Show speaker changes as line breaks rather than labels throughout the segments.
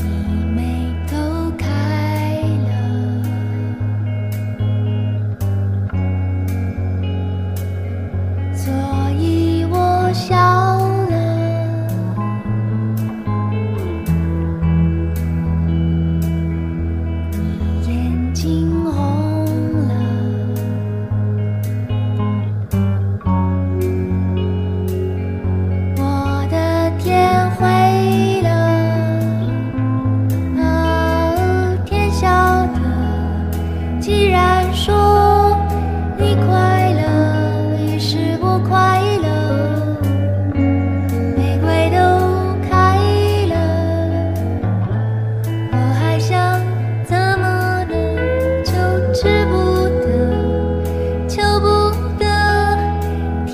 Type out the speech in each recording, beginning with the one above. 你眉头开了，所以我笑了。你眼睛红了，我的天灰了。哦，天晓得，既然说你快乐，于是我快乐。玫瑰都开了，我还想怎么呢？求之不得，求不得，天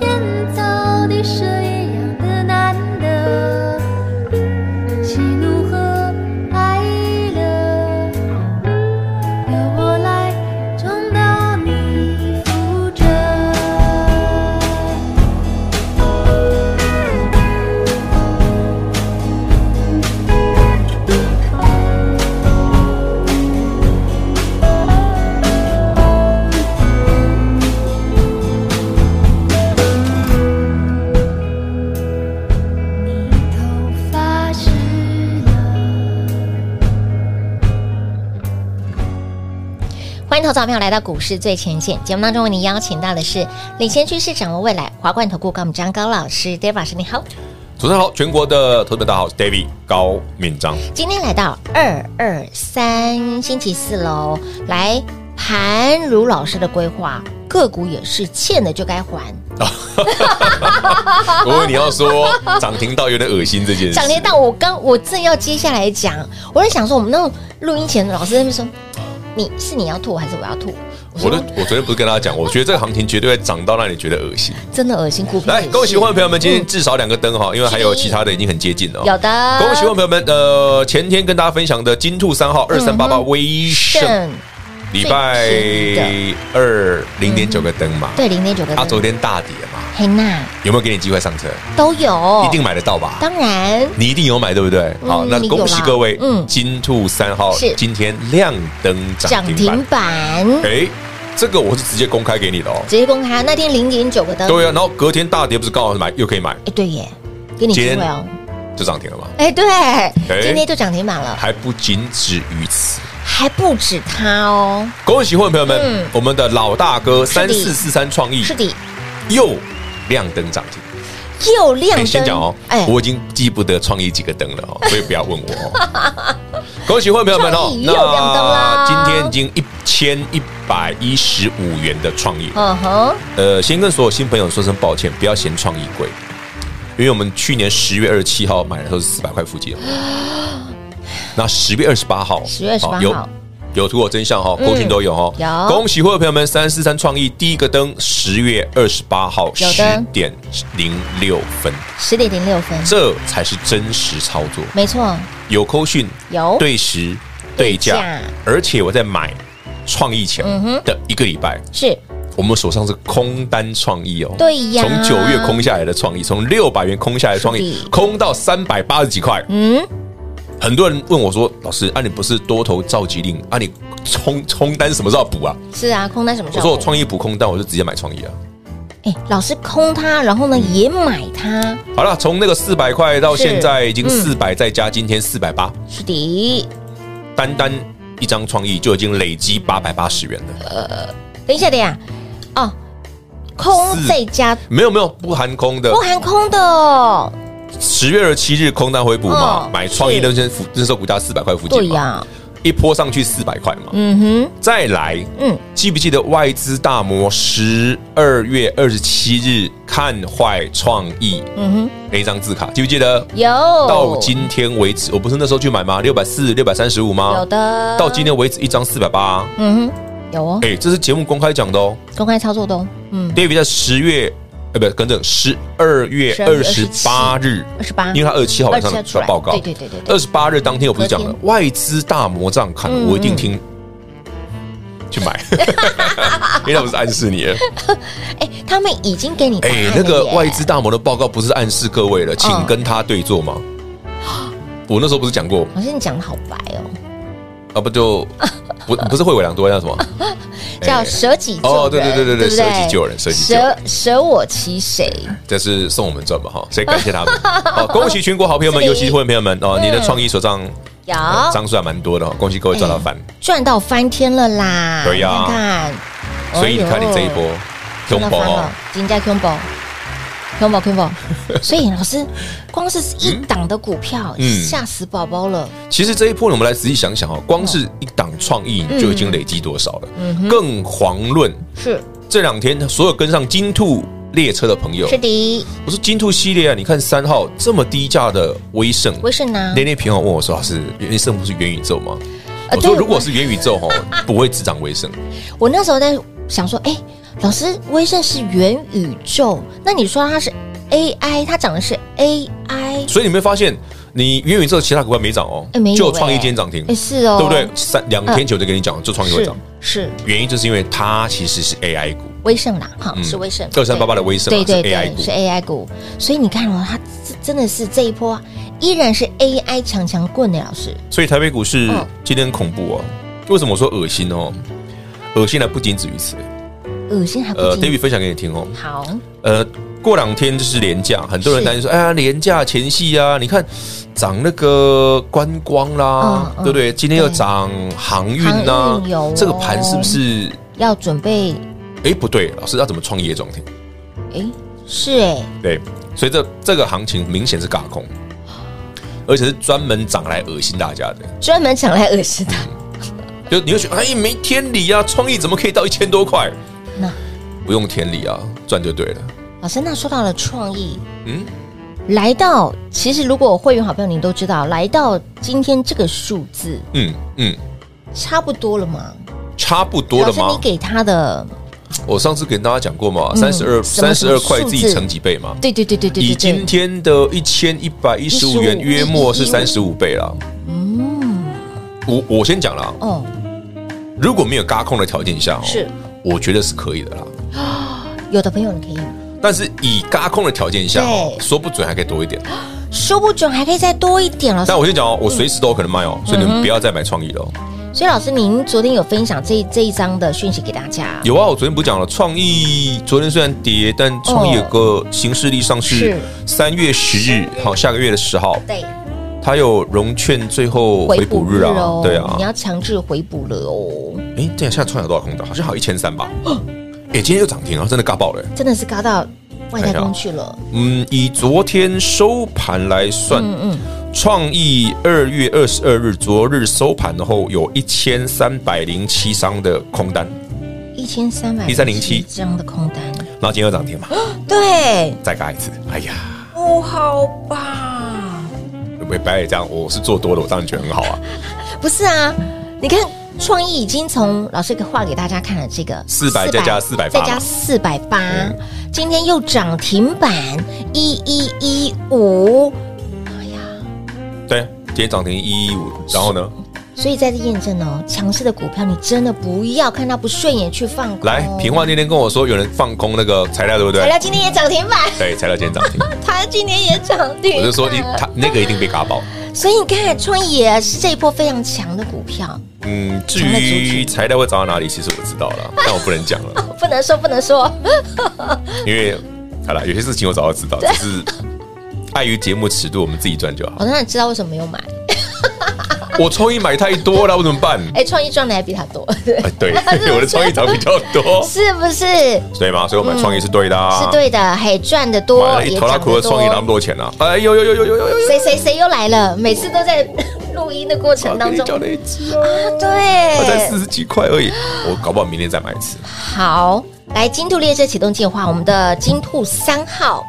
造地设一样的难得。喜怒和哀乐，由我来重蹈你覆辙。你头发湿
欢迎投资朋友来到股市最前线节目当中，为您邀请到的是领先趋势、掌握未来华冠投顾高敏章高老师，David 老师你好，
主持人好，全国的投资者大家好，我是 David 高敏 章。
今天来到二二三星期四喽，来盘如老师的规划，个股也是欠的就该还，
我以为你要说 涨停到有点恶心这件事，
涨跌到我刚我正要接下来讲，我在想说我们那种录音前老师在那边说，你是你要吐还是我要吐？
我的我昨天不是跟大家讲，我觉得这个行情绝对会涨到让你觉得 恶心。
真的恶心，股票
来，
也
恭喜
是
欢朋友们，今天至少两个灯哈，因为还有
是
其他的已经很接近了哦。
有的，
恭喜欢朋友们，呃，前天跟大家分享的金兔三号二三八
嗯
八威盛，
胜
礼拜
最便
二零点九个灯嘛，
嗯对零点九个
它昨天大跌嘛，
黑娜
有没有给你机会上车？
都有，
一定买得到吧？
当然
你一定有买对不对？
嗯
好，那
你有
恭喜
啦
各位，
嗯
金兔三号
是
今天亮灯涨
涨
停
停
板，
板
哎，这个我是直接公开给你的哦。
直接公开，那天零点九个灯，
对啊，然后隔天大跌不是刚好买又可以买，
哎对耶，给你
今
机
天
会哦，
就涨停了嘛。
哎对，今天就涨停板了，
还不仅止于此，
还不止它哦，
恭喜会员朋友们，
嗯
我们的老大哥
是
三
的
四四三创意
是的，
又亮灯涨停。
又亮
哎
灯，
先讲哦，我已经记不得创意几个灯了 哦，所以不要问我哦。恭喜会员朋友们哦
创意，又亮灯啦
今天已经一千一百一十五元的创意，
嗯哼，
呃，先跟所有新朋友说声抱歉，不要嫌创意贵，因为我们去年十月二十七号买的时候是四百块 附近，那十月二十八号，
10月28号
哦有有图有真相哈，
嗯
勾群都有哈。
有
恭喜会员朋友们，三四三创意第一个灯，十月二十八号
有
十
的
点零六分，
十点零六分，
这才是真实操作，
没错，
有扣讯，
有
对时
对
对
价
价，而且我在买创意前
嗯哼
的一个礼拜，
是
我们手上是空单创意哦，
对呀
从九月空下来的创意，从六百元空下来的创意
是的，
空到三百八十几块。
嗯，
很多人问我说：“老师，啊你不是多头召集令，啊你空空单什么时候要补啊
是啊，空单什么？”时
我
候？
说我创意补空单，我就直接买创意啊。
哎，老师空它，然后呢
嗯
也买它，
好了，从那个四百块到
是
现在已经
嗯
四百，再加今天四百八，
是的。
单单一张创意就已经累积八百八十元
呃
了。
等一下，等一下，哦，空
四
再加
没有没有，不含空的
不。含空的哦，
十月二十七日空单回补嘛
嗯，
买创
是
意那时候那时候股价四百块附近
对
嘛。
呀，
一波上去四百块嘛。
嗯哼，
再来，
嗯，
记不记得外资大摩十二月二十七日看坏创意
嗯哼，
那一张字卡，记不记得？
有
到
哦
今天为止，我不是那时候去买吗？六百四、六百三十五
有
吗？
的
啊到今，天为止，一张四百八。
嗯哼，有哦，
哎，这是节目公开讲的哦。
公开操作的哦，嗯，
David 在十月，呃，不，更正，十二月二十八日，
二十八，
因为他二十七号晚上
27出
的
来
报告，
对对对对对
二十八日当天我不是讲
隔
了
天
外资大魔杖砍，
嗯
我一定听去买， 因为他不是暗示 你了。
哎，他们已经给你答
呃哎
案了耶，
那个外资大魔的报告不是暗示各位了，请
嗯
跟他对 坐吗？我那时候不是讲过
老师你讲的好白哦，
啊，不就不不是会伟良多那什么
叫
哎
舍己救人，
哦对对对对对
不
舍己救人舍己救
舍
人
舍我其谁？
这是送我们赚吧哈，所以感 谢他们。好，恭喜全国好朋友们，
是你嗯
尤其是会员朋友们哦，你的创意手账
有
呃张数还蛮多的哦，恭喜各位赚到翻。
赚到翻天了啦！
对呀
你看看，
所以你看你这一波
哎呦，哎赚
中
到
博
翻
哦
了，，金价 combo。combo combo，所以老师，光是一档的股票
嗯
吓死宝宝了。
其实这一波，我们来仔细想想哦，光是一档创意你就已经累积多少了？
嗯
更遑论
是
这两天所有跟上金兔列车的朋友，
是的，
我说金兔系列啊，你看三号这么低价的威盛，
威盛呢？
那天平好问我说：“老师，威盛不是元宇宙吗？”
呃
我说：“
对
如果
我
是元宇宙 哦，不会只涨威盛。
我那时候在想说，哎，老师，威盛是元宇宙，那你说它是 AI，它讲的是 AI，
所以你会发现，你元宇宙其他股票没涨哦
哎，没有，
就创意
哎
今天涨停，
哎
对
是哦，
不对？三两天前我就跟你讲，就创意会
是
涨，
是
原因就是因为它其实是 AI 股。”
威盛啦，哈，
嗯
是威盛，
2388的威盛嘛
对对
是 AI
对，
股
是 AI 股，所以你看哦，它这真的是这一波依然是 AI 强强棍的老师，
所以台北股市
嗯
今天很恐怖哦。为什么我说恶心哦？恶心还不仅止于此。
恶心啊还不
呃
禁
，David 分享给你听哦。
好，
呃，过两天就是廉价，很多人
是
担心说，哎呀，廉价前夕啊，你看涨那个观光啦
嗯，嗯
对不对？今天又涨航运啦
航运有哦，
这个盘是不是？
要准备，
哎，不对，老师要怎么创业涨停？
哎，是哎，
对，所以这这个行情明显是嘎空，而且是专门涨来恶心大家的。
专门想来恶心的，
就你会觉得，哎，没天理啊！创意怎么可以到一千多块？
那
不用天理啊，赚就对了。
老师，那说到了创意，
嗯，
来到其实如果会员好朋友您都知道，来到今天这个数字
嗯嗯，
差不多了吗？
差不多了
老师，
吗
你？给他的，
我上次给大家讲过嘛，
嗯
三十二
什么
三
什
十
么
二块
数
自己
字
乘几倍嘛？
对对对对对
以
对
今
对，
天的一千一百一十五元，
15
约莫是
一一
三十五倍啦。
嗯，
我我先讲啦，
哦，
如果没有嘎空的条件下，哦
是，
我觉得是可以的啦。
有的朋友你可以。
但是以嘎空的条件下，哦
对
说不准还可以多一点。
说不准还可以再多一点，老师
但。我先讲哦，我随时都有可能卖哦，所以你
嗯
们不要再买创意了哦。
所以老师，您昨天有分享这这一章的讯息给大家，
有啊，我昨天不讲了，创意昨天虽然跌，但创意有个行事历上是三月十日，好，下个月的十号，
对
它有融券最后回补日啊，对啊
哦你，要强制回补了哦，
哎，这样现在创有多少空档？好像好一千三吧。哎，今天又涨停啊，真的尬爆了。
真的是高到外太空去了。
嗯，以昨天收盘来算，
嗯
创意二月二十二日昨日收盘后有一千三百零七张的空单，
嗯，一千三百
1307
张的空单，
然后今天又涨停嘛，
对，
再尬一次。哎呀，
不好吧？
喂，白也这样，我是做多的，我当然觉得很好啊。
不是啊，你看创意已经从老师给画给大家看了这个
400再加480
再加四百八，
嗯
今天又涨停板一一一五。
对，今天涨停一一五，然后呢，
所以再次验证哦，强势的股票你真的不要看它不顺眼去放空。
来平话那天跟我说有人放空那个材料，对不
材
对？
料今天也涨停板，
对，材料今天涨 停，
它今天也涨停。
我就说你他那个一定被嘎爆。
所以你看创意也是这一波非常强的股票，
嗯，至
从那组
于
织
材料会涨到哪里，其实我知道 了，但我不能讲了，
不能说不能说，哦
因为好了，有些事情我早就知道，只是碍于节目尺度，我们自己赚就好。
我当然知道为什么没有买。
我创意买太多了，我怎么办？
哎，创意赚的还比它多，对
哎， 对，我的创意涨比较多，
是不是？
对吗？所以我买创意是对的啊，
是对的，嘿，赚的
买
多，
了一
也
头拉
涨
苦
得
的创意拿那
多
么。多钱啊！哎呦呦呦呦呦呦呦！
谁谁谁又来了，每次都在录录音的过程
跟
当
你
中
讲
啊，
那一只啊，它才
对，
四十几 块而已，我搞不好明天再买一次。
好，来金兔列车启动计划，我们的金兔三号，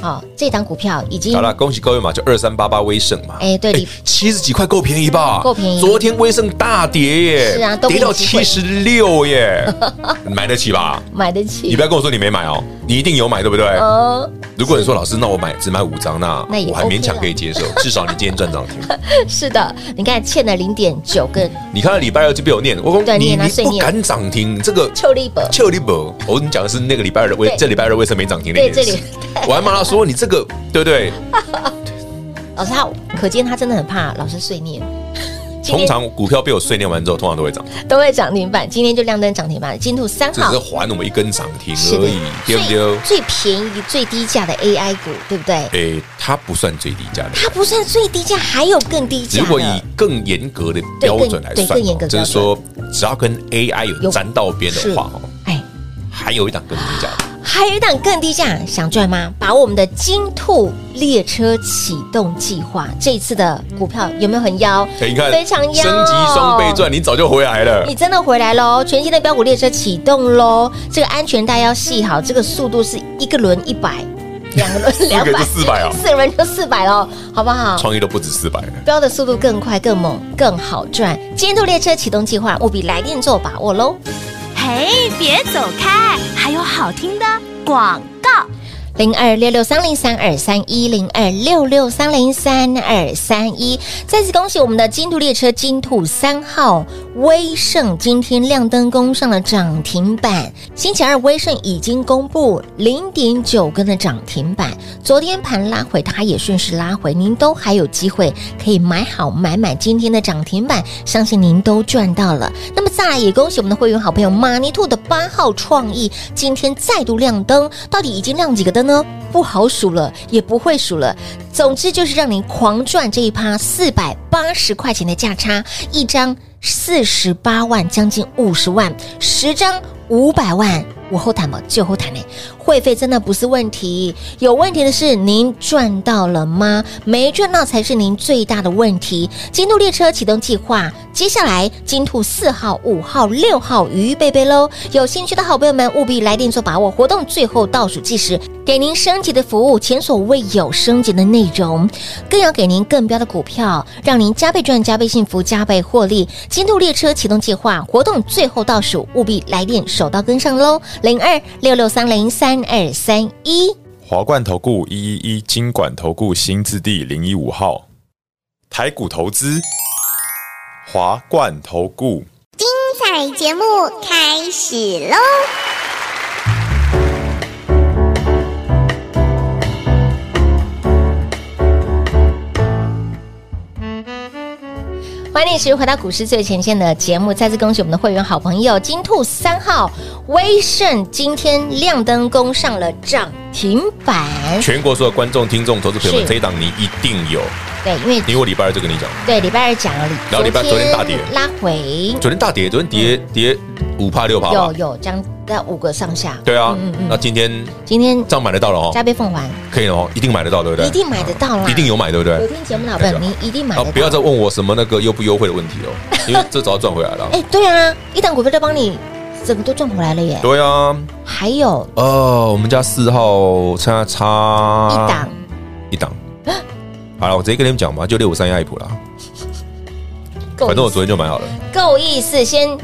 好、这档股票已经
好了，恭喜各位嘛，就二三八八威盛嘛。
哎对你
七十几块够便宜吧？
够便宜
昨天威盛大跌耶，
是啊都
跌到
给你
七十六耶， 买得起吧？
买得
你
起
不，要跟我说你没买哦，你一定有买，对不对？
呃，
如果你说老师，那我买只买五张，那
那也
我还
OK 啊
勉强
啦
可以 接受，至少你今天赚涨停。
是的，你看欠了零点九个
你看到礼拜二就被我念，我
对
讲你
念啊
你
碎
不
念
敢涨停，你这个
臭力本，
就你不，我跟你讲的是那个礼拜二的为
对
这礼拜二的为什么没涨停那
对
件
这
事
里，
我还骂他说你这个对不对？
老师他可见他真的很怕老师碎 念，今
通
天
常股票被我碎念完之后，通常都会涨停，
都会涨停板，今天就亮灯涨停板，金兔三
这只
号
是还我们一根涨停
是
而
的
已，对不对？
最最便宜最低价的 AI 股，对不对？
诶，它不算最低价的。
它不算最低价，还有更低价
如
的。
果以更严格的标准来
对
算
更严格
哦，
的
就是说，只要跟 AI 有
有
沾到边的话，哦，
哎，
还有一档更低价的。
还有一档更低价，想赚吗？把我们的金兔列车启动计划这一次的股票有没有很妖？
哎你看，
非常妖，
升级双倍。赚，你早就回来了
你。真的回来喽！全新的标股列车启动喽！这个安全带要系好，这个速度是一个轮一百，两个轮两
个
百，
就400啊
四个轮就四百喽，好不好？
创意都不止四百了。
标的速度更快、更猛、更好赚。金兔列车启动计划，务必来电做把握喽！
嘿，别走开，还有好听的广告。
零二六六三零三二三一零二六六三零三二三一，再次恭喜我们的金兔列车金兔三号威盛，今天亮灯攻上了涨停板。星期二威盛已经公布零点九根的涨停板，昨天盘拉回，它也顺势拉回，您都还有机会可以买好买满今天的涨停板，相信您都赚到了。那么再来也恭喜我们的会员好朋友马尼兔的八号创意，今天再度亮灯，到底已经亮几个灯呢？不好数了，也不会数了。总之就是让您狂赚这一趴四百八十块钱的价差，一张四十八万，将近五十万，十张五百万。我后谈吧，就后谈呢。会费真的不是问题，有问题的是您赚到了吗？没赚到才是您最大的问题。金兔列车启动计划，接下来金兔四号、五号、六号鱼贝贝喽！有兴趣的好朋友们务必来电做把握，活动最后倒数计时，给您升级的服务，前所未有升级的内容，更要给您更标的股票，让您加倍赚、加倍幸福、加倍获利。金兔列车启动计划活动最后倒数，务必来电手到跟上喽！零二六六三零三二三一。
华冠投顾一一一金管投顾新字第零一五号，台股投资，华冠投顾。
彩节目开始喽！
欢迎时回到股市最前线的节目，再次恭喜我们的会员好朋友金兔三号威盛，今天亮灯攻上了涨停板。
全国所有观众、听众、投资朋友们，
是
这一档你一定有，
对，因为
因为我礼拜二就跟你讲，
对礼拜二讲了，
然后礼拜昨天大跌
拉回，
昨天大跌，昨天跌跌五趴六趴吧
嗯有，有将在五个上下。
对啊
嗯嗯，嗯
那今天
今天
这样买得到了哦
加，倍奉还，
可以了哦，一定买得到，对不对？
一定买得到啦！
一定有买，对不
有
对？
听节目老板，你一定买
啊
得到。，
不要再问我什么那个优不优惠的问题 哦，因为这早就赚回来了。
哎，对啊，一档股票就帮你整个都赚回来了耶。
对啊，
还有
哦，我们家四号差差
一档
一档，好了，我直接跟你们讲吧，就六五三一爱普啦，
够
反正我
意
昨
思，
天就买好了，
够意思，先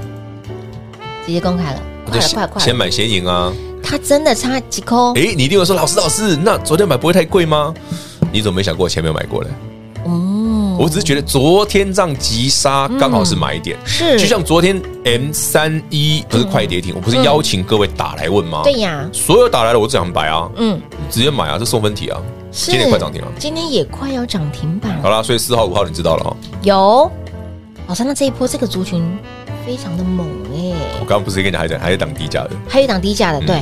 直接公开了，快
就
了
先
快了快
先哎
了！
买先赢啊。
它真的差几扣？
诶，你一定会说老师老师，那昨天买不会太贵吗？你怎么没想过我前面有买过嘞？
嗯，
我只是觉得昨天这样急杀刚好是买点，
是嗯
就像昨天 M 三一不是快跌停，我不是邀请各位打来问吗？
对，呀，
所有打来的我只想白啊，
嗯，
直接买啊，这送分题啊，
是
今天快涨停了。啊
今天也快要涨停板
好啦，所以四号五号你知道了哈，
有。老师，那这一波这个族群非常的猛哎、
我刚刚不是跟你讲还讲还在挡低价的，
还有一档低价的，
嗯
对，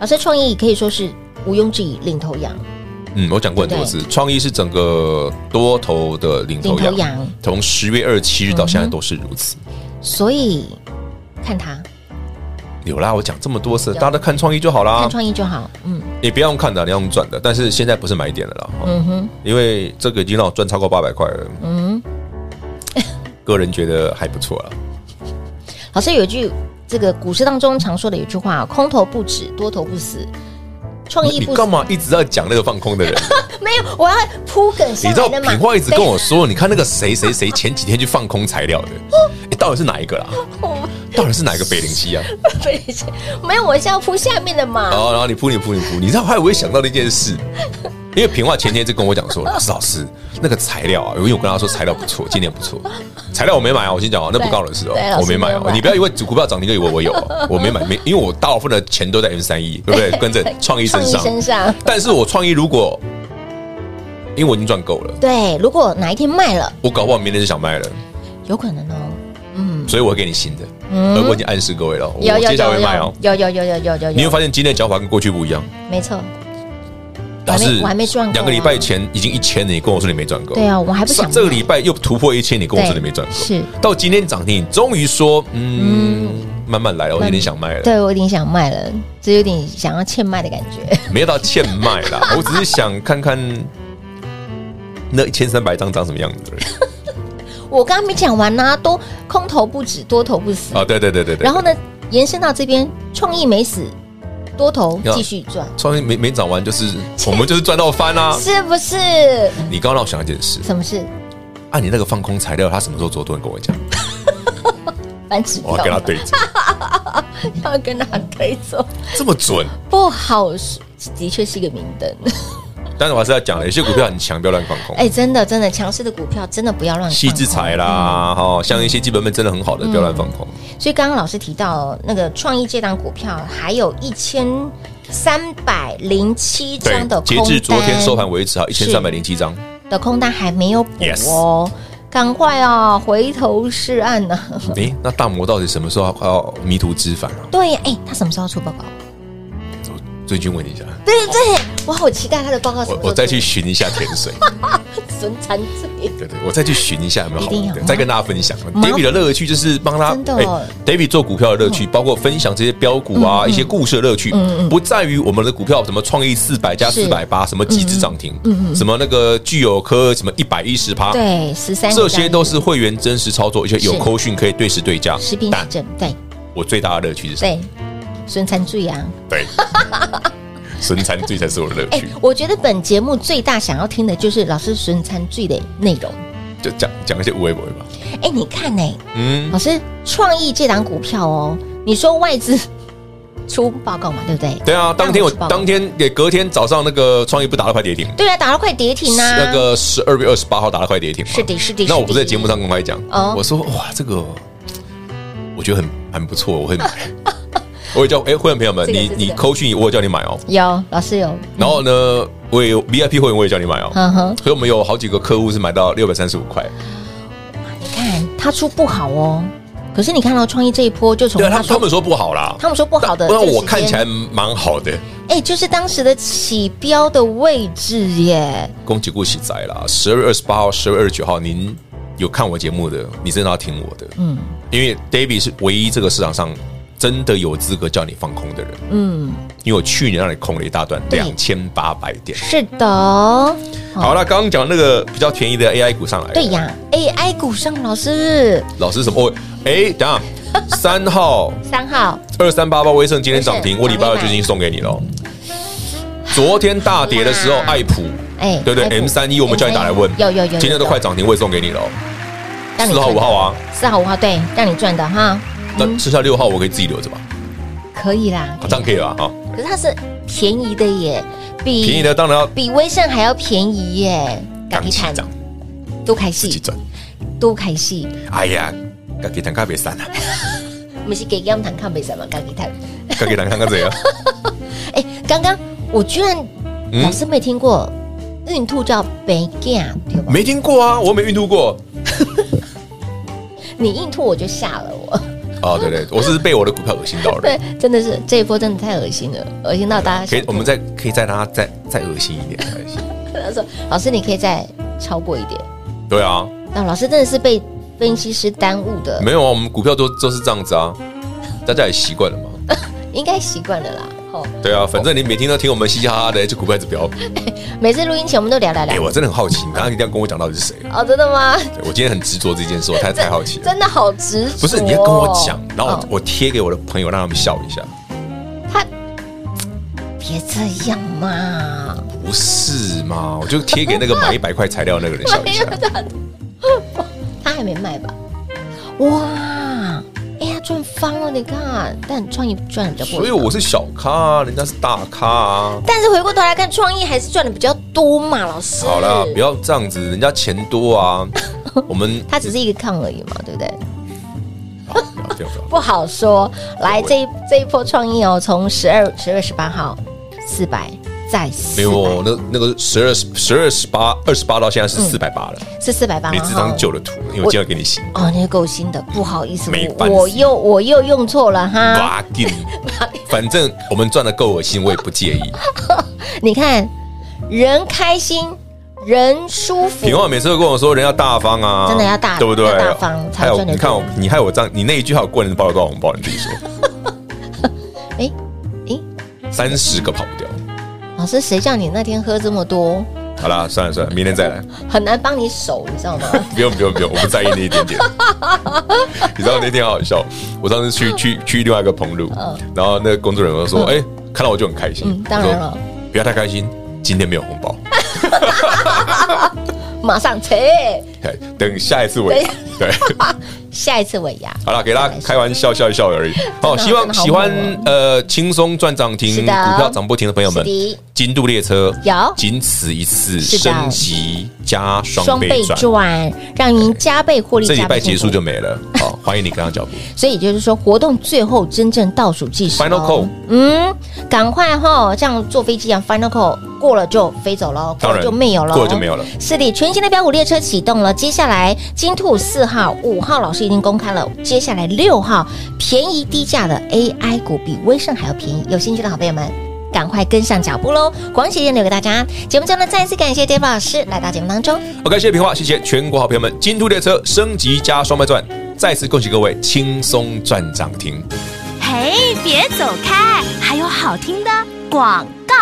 老师创意可以说是毋庸置疑领头羊，
嗯，我讲过很多次，创意是整个多头的领头
领头
羊
羊，嗯
从十月二十七日到现在都是如此。
所以看它
有啦，我讲这么多次，大家都看创意就好啦
看，创意就好，嗯
也不要用看的，你要用赚的。但是现在不是买点了啦，
嗯哼
因为这个已经让我赚超过八百块了。
嗯，
个人觉得还不错了。
老师有一句这个股市当中常说的一句话啊，空头不止，多头不死，创
你
意
你
不死
干。嘛一直在讲那个放空的人？
没有，我要铺梗
你
下
知道
来的嘛。
品话一直跟
对
我说，你看那个谁谁谁前几天去放空材料
啊
的，诶到底是哪一个啦？
哦
到底是哪一个北灵七啊？
不是没有，我是要铺下面的嘛。
然后然后你扑你扑你扑，你知道还有我也想到了一件事，因为平话前天就跟 我讲说，老师老师那个材料啊，因为我跟他说材料不错，今年不错，材料我没买啊，我先讲啊，那不关我的事
对对老
哦，
师
我没买
没有
哦，
买
你不要因为主股票涨，你就以为我有 哦，我没买，没，因为我大部分的钱都在 M 三一，对不对？跟着创意啊身
创意
上，
身上，
但是我创意如果，因为我已经赚够了，
对，如果哪一天卖了，
我搞不好明天就想卖了，
有可能哦。嗯
所以我会给你新的，而我已呃经暗示各位了，我
有有
接下来
有
会卖哦
有。有有有有有有，
你会发哦现今天的脚法跟过去不一样，
没错，我
老
还没
师，
我还没赚够啊
两个礼拜前已经一千了，你跟我说你没赚够。
对啊，我还不
上
想
这个礼拜又突破一千，你跟我说你没赚够。
是，
到今天涨停，你终于说，嗯，慢慢来了，我有点想卖 了，
对我有点想卖了，这有点想要欠卖的感觉。
没有到欠卖啦。我 只是想看看那一千三百张长什么样子而已
我刚刚没讲完呢、啊都空头不止，多头不死。
啊！对对对对对。
然后呢，延伸到这边，创意没死，多头
要
继续赚，
创意没没涨完，就是我们就是赚到翻啦、
是不是？
你刚刚让我想一件事，
什么事？
按、你那个放空材料，他什么时候昨天跟我讲？
反指标
我要跟他对着，
要跟他推走，
这么准。
不好是的确是一个明灯。
哦但是我还是要讲的，有些股票很强，不要乱放空。
哎，真的真的，强势的股票真的不要乱
细制
放空嗯
裁啦，哈、像一些基本面真的很好的，不要乱放空。
所以刚刚老师提到那个创意这档股票，还有一千三百零七张的空
截
单，
至昨天收盘为止，哈，一千三百零七张，
的空单还没有补哦。赶快哦，回头是岸呢、
诶、那大摩到底什么时候要要迷途知返啊？
对呀，哎，他什么时候出报告？
我最近问一下，
对对，我好期待他的报告什么时
我
候出。
我再去寻一下甜水，
损残罪。
对对，我再去寻一下有没有好
一定
玩
有
的，
吗
再跟大家分享。
忙
David 的乐趣就是帮他，
真的哦嗯
d a v i d 做股票的乐趣，包括分享这些标股啊，一些故事的乐趣，不在于我们的股票什么创意四百加
是嗯
四百八，什么几只涨停，什么那个具有科什么一百一十趴，
对，十三
这些都是会员真实操作，而且有
是
扣讯可以对时对价
实兵实
但
证，对
我最大的乐趣是什么？
对，损残罪啊！
对，损残罪才是我的乐
哎
趣。，
我觉得本节目最大想要听的就是老师损残罪的内容。
就讲讲一些无为不为吧。
哎，你看呢？
嗯，
老师，创意这档股票哦，你说外资出报告嘛，对不对？
对啊，当天
那我
我
知道了
当天也隔天早上那个创意不打了快跌停，
对啊，打到快跌停啊！
那个十二月二十八号打了快跌停嘛。
是的，是的，
那我不是在
是的
节目上公开讲
哦，
我说哇，这个我觉得很蛮不错，我 会买。我也叫哎，会员朋友们，
这个
你
这个
你扣讯我也叫你买哦。
有老师有，
然后呢，我也有 VIP 会员，我也叫你买哦。
嗯哼，
所以我们有好几个客户是买到六百三十五块，
你看他出不好哦，可是你看到创意这一波就从
对啊，他
他
他
说
们说不好啦，
他们说不好的
但
这个时
我
间
看起来蛮好的，
哎，就是当时的起标的位置耶，
恭喜恭喜仔啦！十二月二十八号、十二月二十九号，您有看我节目的，你真的要听我的，
嗯
因为 David 是唯一这个市场上真的有资格叫你放空的人，
嗯，
因为我去年让你空了一大段
对
两千八百点。
是的哦，
好了，刚刚讲那个比较便宜的 AI 股上来了，
对呀，AI 股上老师
老师什么？哦，哎，等一下三号
三号
二三八八威盛今天涨停，
威盛
我礼拜二就已经送给你了哦。昨天大跌的时候，
哇
爱普
哎，
对不对
台股哎
，M 三一我们叫你打来问，
有有有，
今天都快涨停，我也送给你了哦。四号五号啊，
四号五号对，让你赚的哈，
那
嗯
剩下六号我可以自己留着吧，
可以啦，
这样可以了啊。
可是它是便宜的耶，比
便宜的当然要
比威盛还要便宜耶，
自
一
己
谈
涨，
多开
自己
戏，
赚。
多开戏。
哎呀，该给谈咖啡散了，啊
不是给他们谈看没什么，刚给他。
该给谈看看怎样。
哎，刚刚我居然、
嗯
老师没听过孕吐叫北干，对吧？
没听过啊，我没运度过。
你孕吐我就吓了我，
哦，对对，我是被我的股票恶心到了。
对， 真的是这一波真的太恶心了，恶心到大家
可
想
以，
吐。
我们再可以再让它再再恶心一点，再恶心
他说老师你可以再超过一点，
对啊，
那老师真的是被分析师耽误的，
没有啊，我们股票都都是这样子啊，大家也习惯了嘛。
应该习惯了啦。哦。
对啊，反正你每天都听我们嘻嘻哈哈的，这股票指标，
每次录音前我们都聊聊
哎，
聊。
我真的很好奇，你刚刚一定要跟我讲到底是谁。啊
哦，真的吗？
对我今天很执着这件事，我太太好奇了。
真的好执着哦。
不是，你要跟我讲，然后
哦
我我贴给我的朋友，让他们笑一下。
他别这样嘛，
不是嘛？我就贴给那个买一百块材料那个人笑一下。
他还没卖吧？哇，哎呀，赚翻了！你看，但创意赚的比较不多
所以我是小咖啊，人家是大咖啊。
但是回过头来看，创意还是赚的比较多嘛，老师。
好啦，不要这样子，人家钱 多啊。我们
它只是一个抗而已嘛，对不对？
好不要不要不要，
不好说。来，
对
这一这一波创意哦，从十二十二十八号四百再四
没有那那个十二十二十八二十八到现在是
嗯
四百八了。
是四百八
你这张旧的图，因为我今天给你新。
哦，那个够新的，不好意思
没，
我
办法
我又我又用错了哈。
哇劲！ 反正我们赚的够恶心，我也不介意。
你看，人开心，人舒服
平。话每次都跟我说，人要大方啊，
真的要大
对不对？
要大方才
还有
赚得
你看
多
我，你害我这样，你那一句还有过人包多少红包？你自己说。
哎哎，
三十个跑不掉。
老师，谁叫你那天喝这么多？
好啦，算了算了，明天再 来。
很难帮你守，你知道吗？
不用不用不用，我不在意那一点点。 你知道那天好好笑，我上次去
嗯
去去另外一个棚路，然后那个工作人员说：“哎、看到我就很开心。
嗯当然
我说
了，
不要太开心，今天没有红 包，
马上切，
对哎等下一次我也对。
下一次尾牙。
好了，给大家开玩笑笑一笑 而已。好，
真的
希
真
望
的好
喜欢
猛哦
呃轻松赚涨停、
是
股
的
票涨不停的朋友们
是的，
金度列车
有
仅此一次
是的
升级加双
双
倍
倍
赚，
赚，让您加倍获利。
这礼
加
拜
倍
结
幸
束
福
就没了。好，欢迎你跟上脚步。
所以也就是说，活动最后真正倒数计时哦。
Final call
嗯，赶快哈，像坐飞机一样，final call 过了就飞走了，过
当
了
然
就没有了，
过了就没有了。
是的，全新的标股列车启动了，接下来金兔四号、五号老师已经公开了，接下来六号便宜低价的 AI 股比威盛还要便宜，有兴趣的好朋友们。赶快跟上脚步喽！广喜店留给大家。节目中呢，再次感谢 David 老师来到节目当中。
OK，谢谢平话，谢谢全国好朋友们，金兔列车升级加双倍赚，再次恭喜各位轻松赚涨停。
嘿，别走开，还有好听的广告。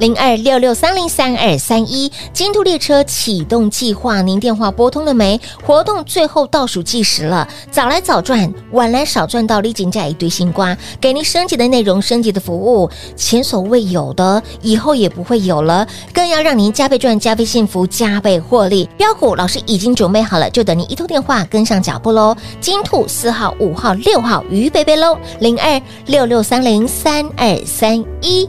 零二六六三零三二三一金兔列车启动计划，您电话拨通了没？活动最后倒数计时了，早来早赚，晚来少赚到立减价一堆新瓜，给您升级的内容、升级的服务，前所未有的，以后也不会有了，更要让您加倍赚、加倍幸福、加倍获利。标股老师已经准备好了，就等您一通电话跟上脚步喽。金兔四号、五号、六号于贝贝喽，零二六六三零三二三一。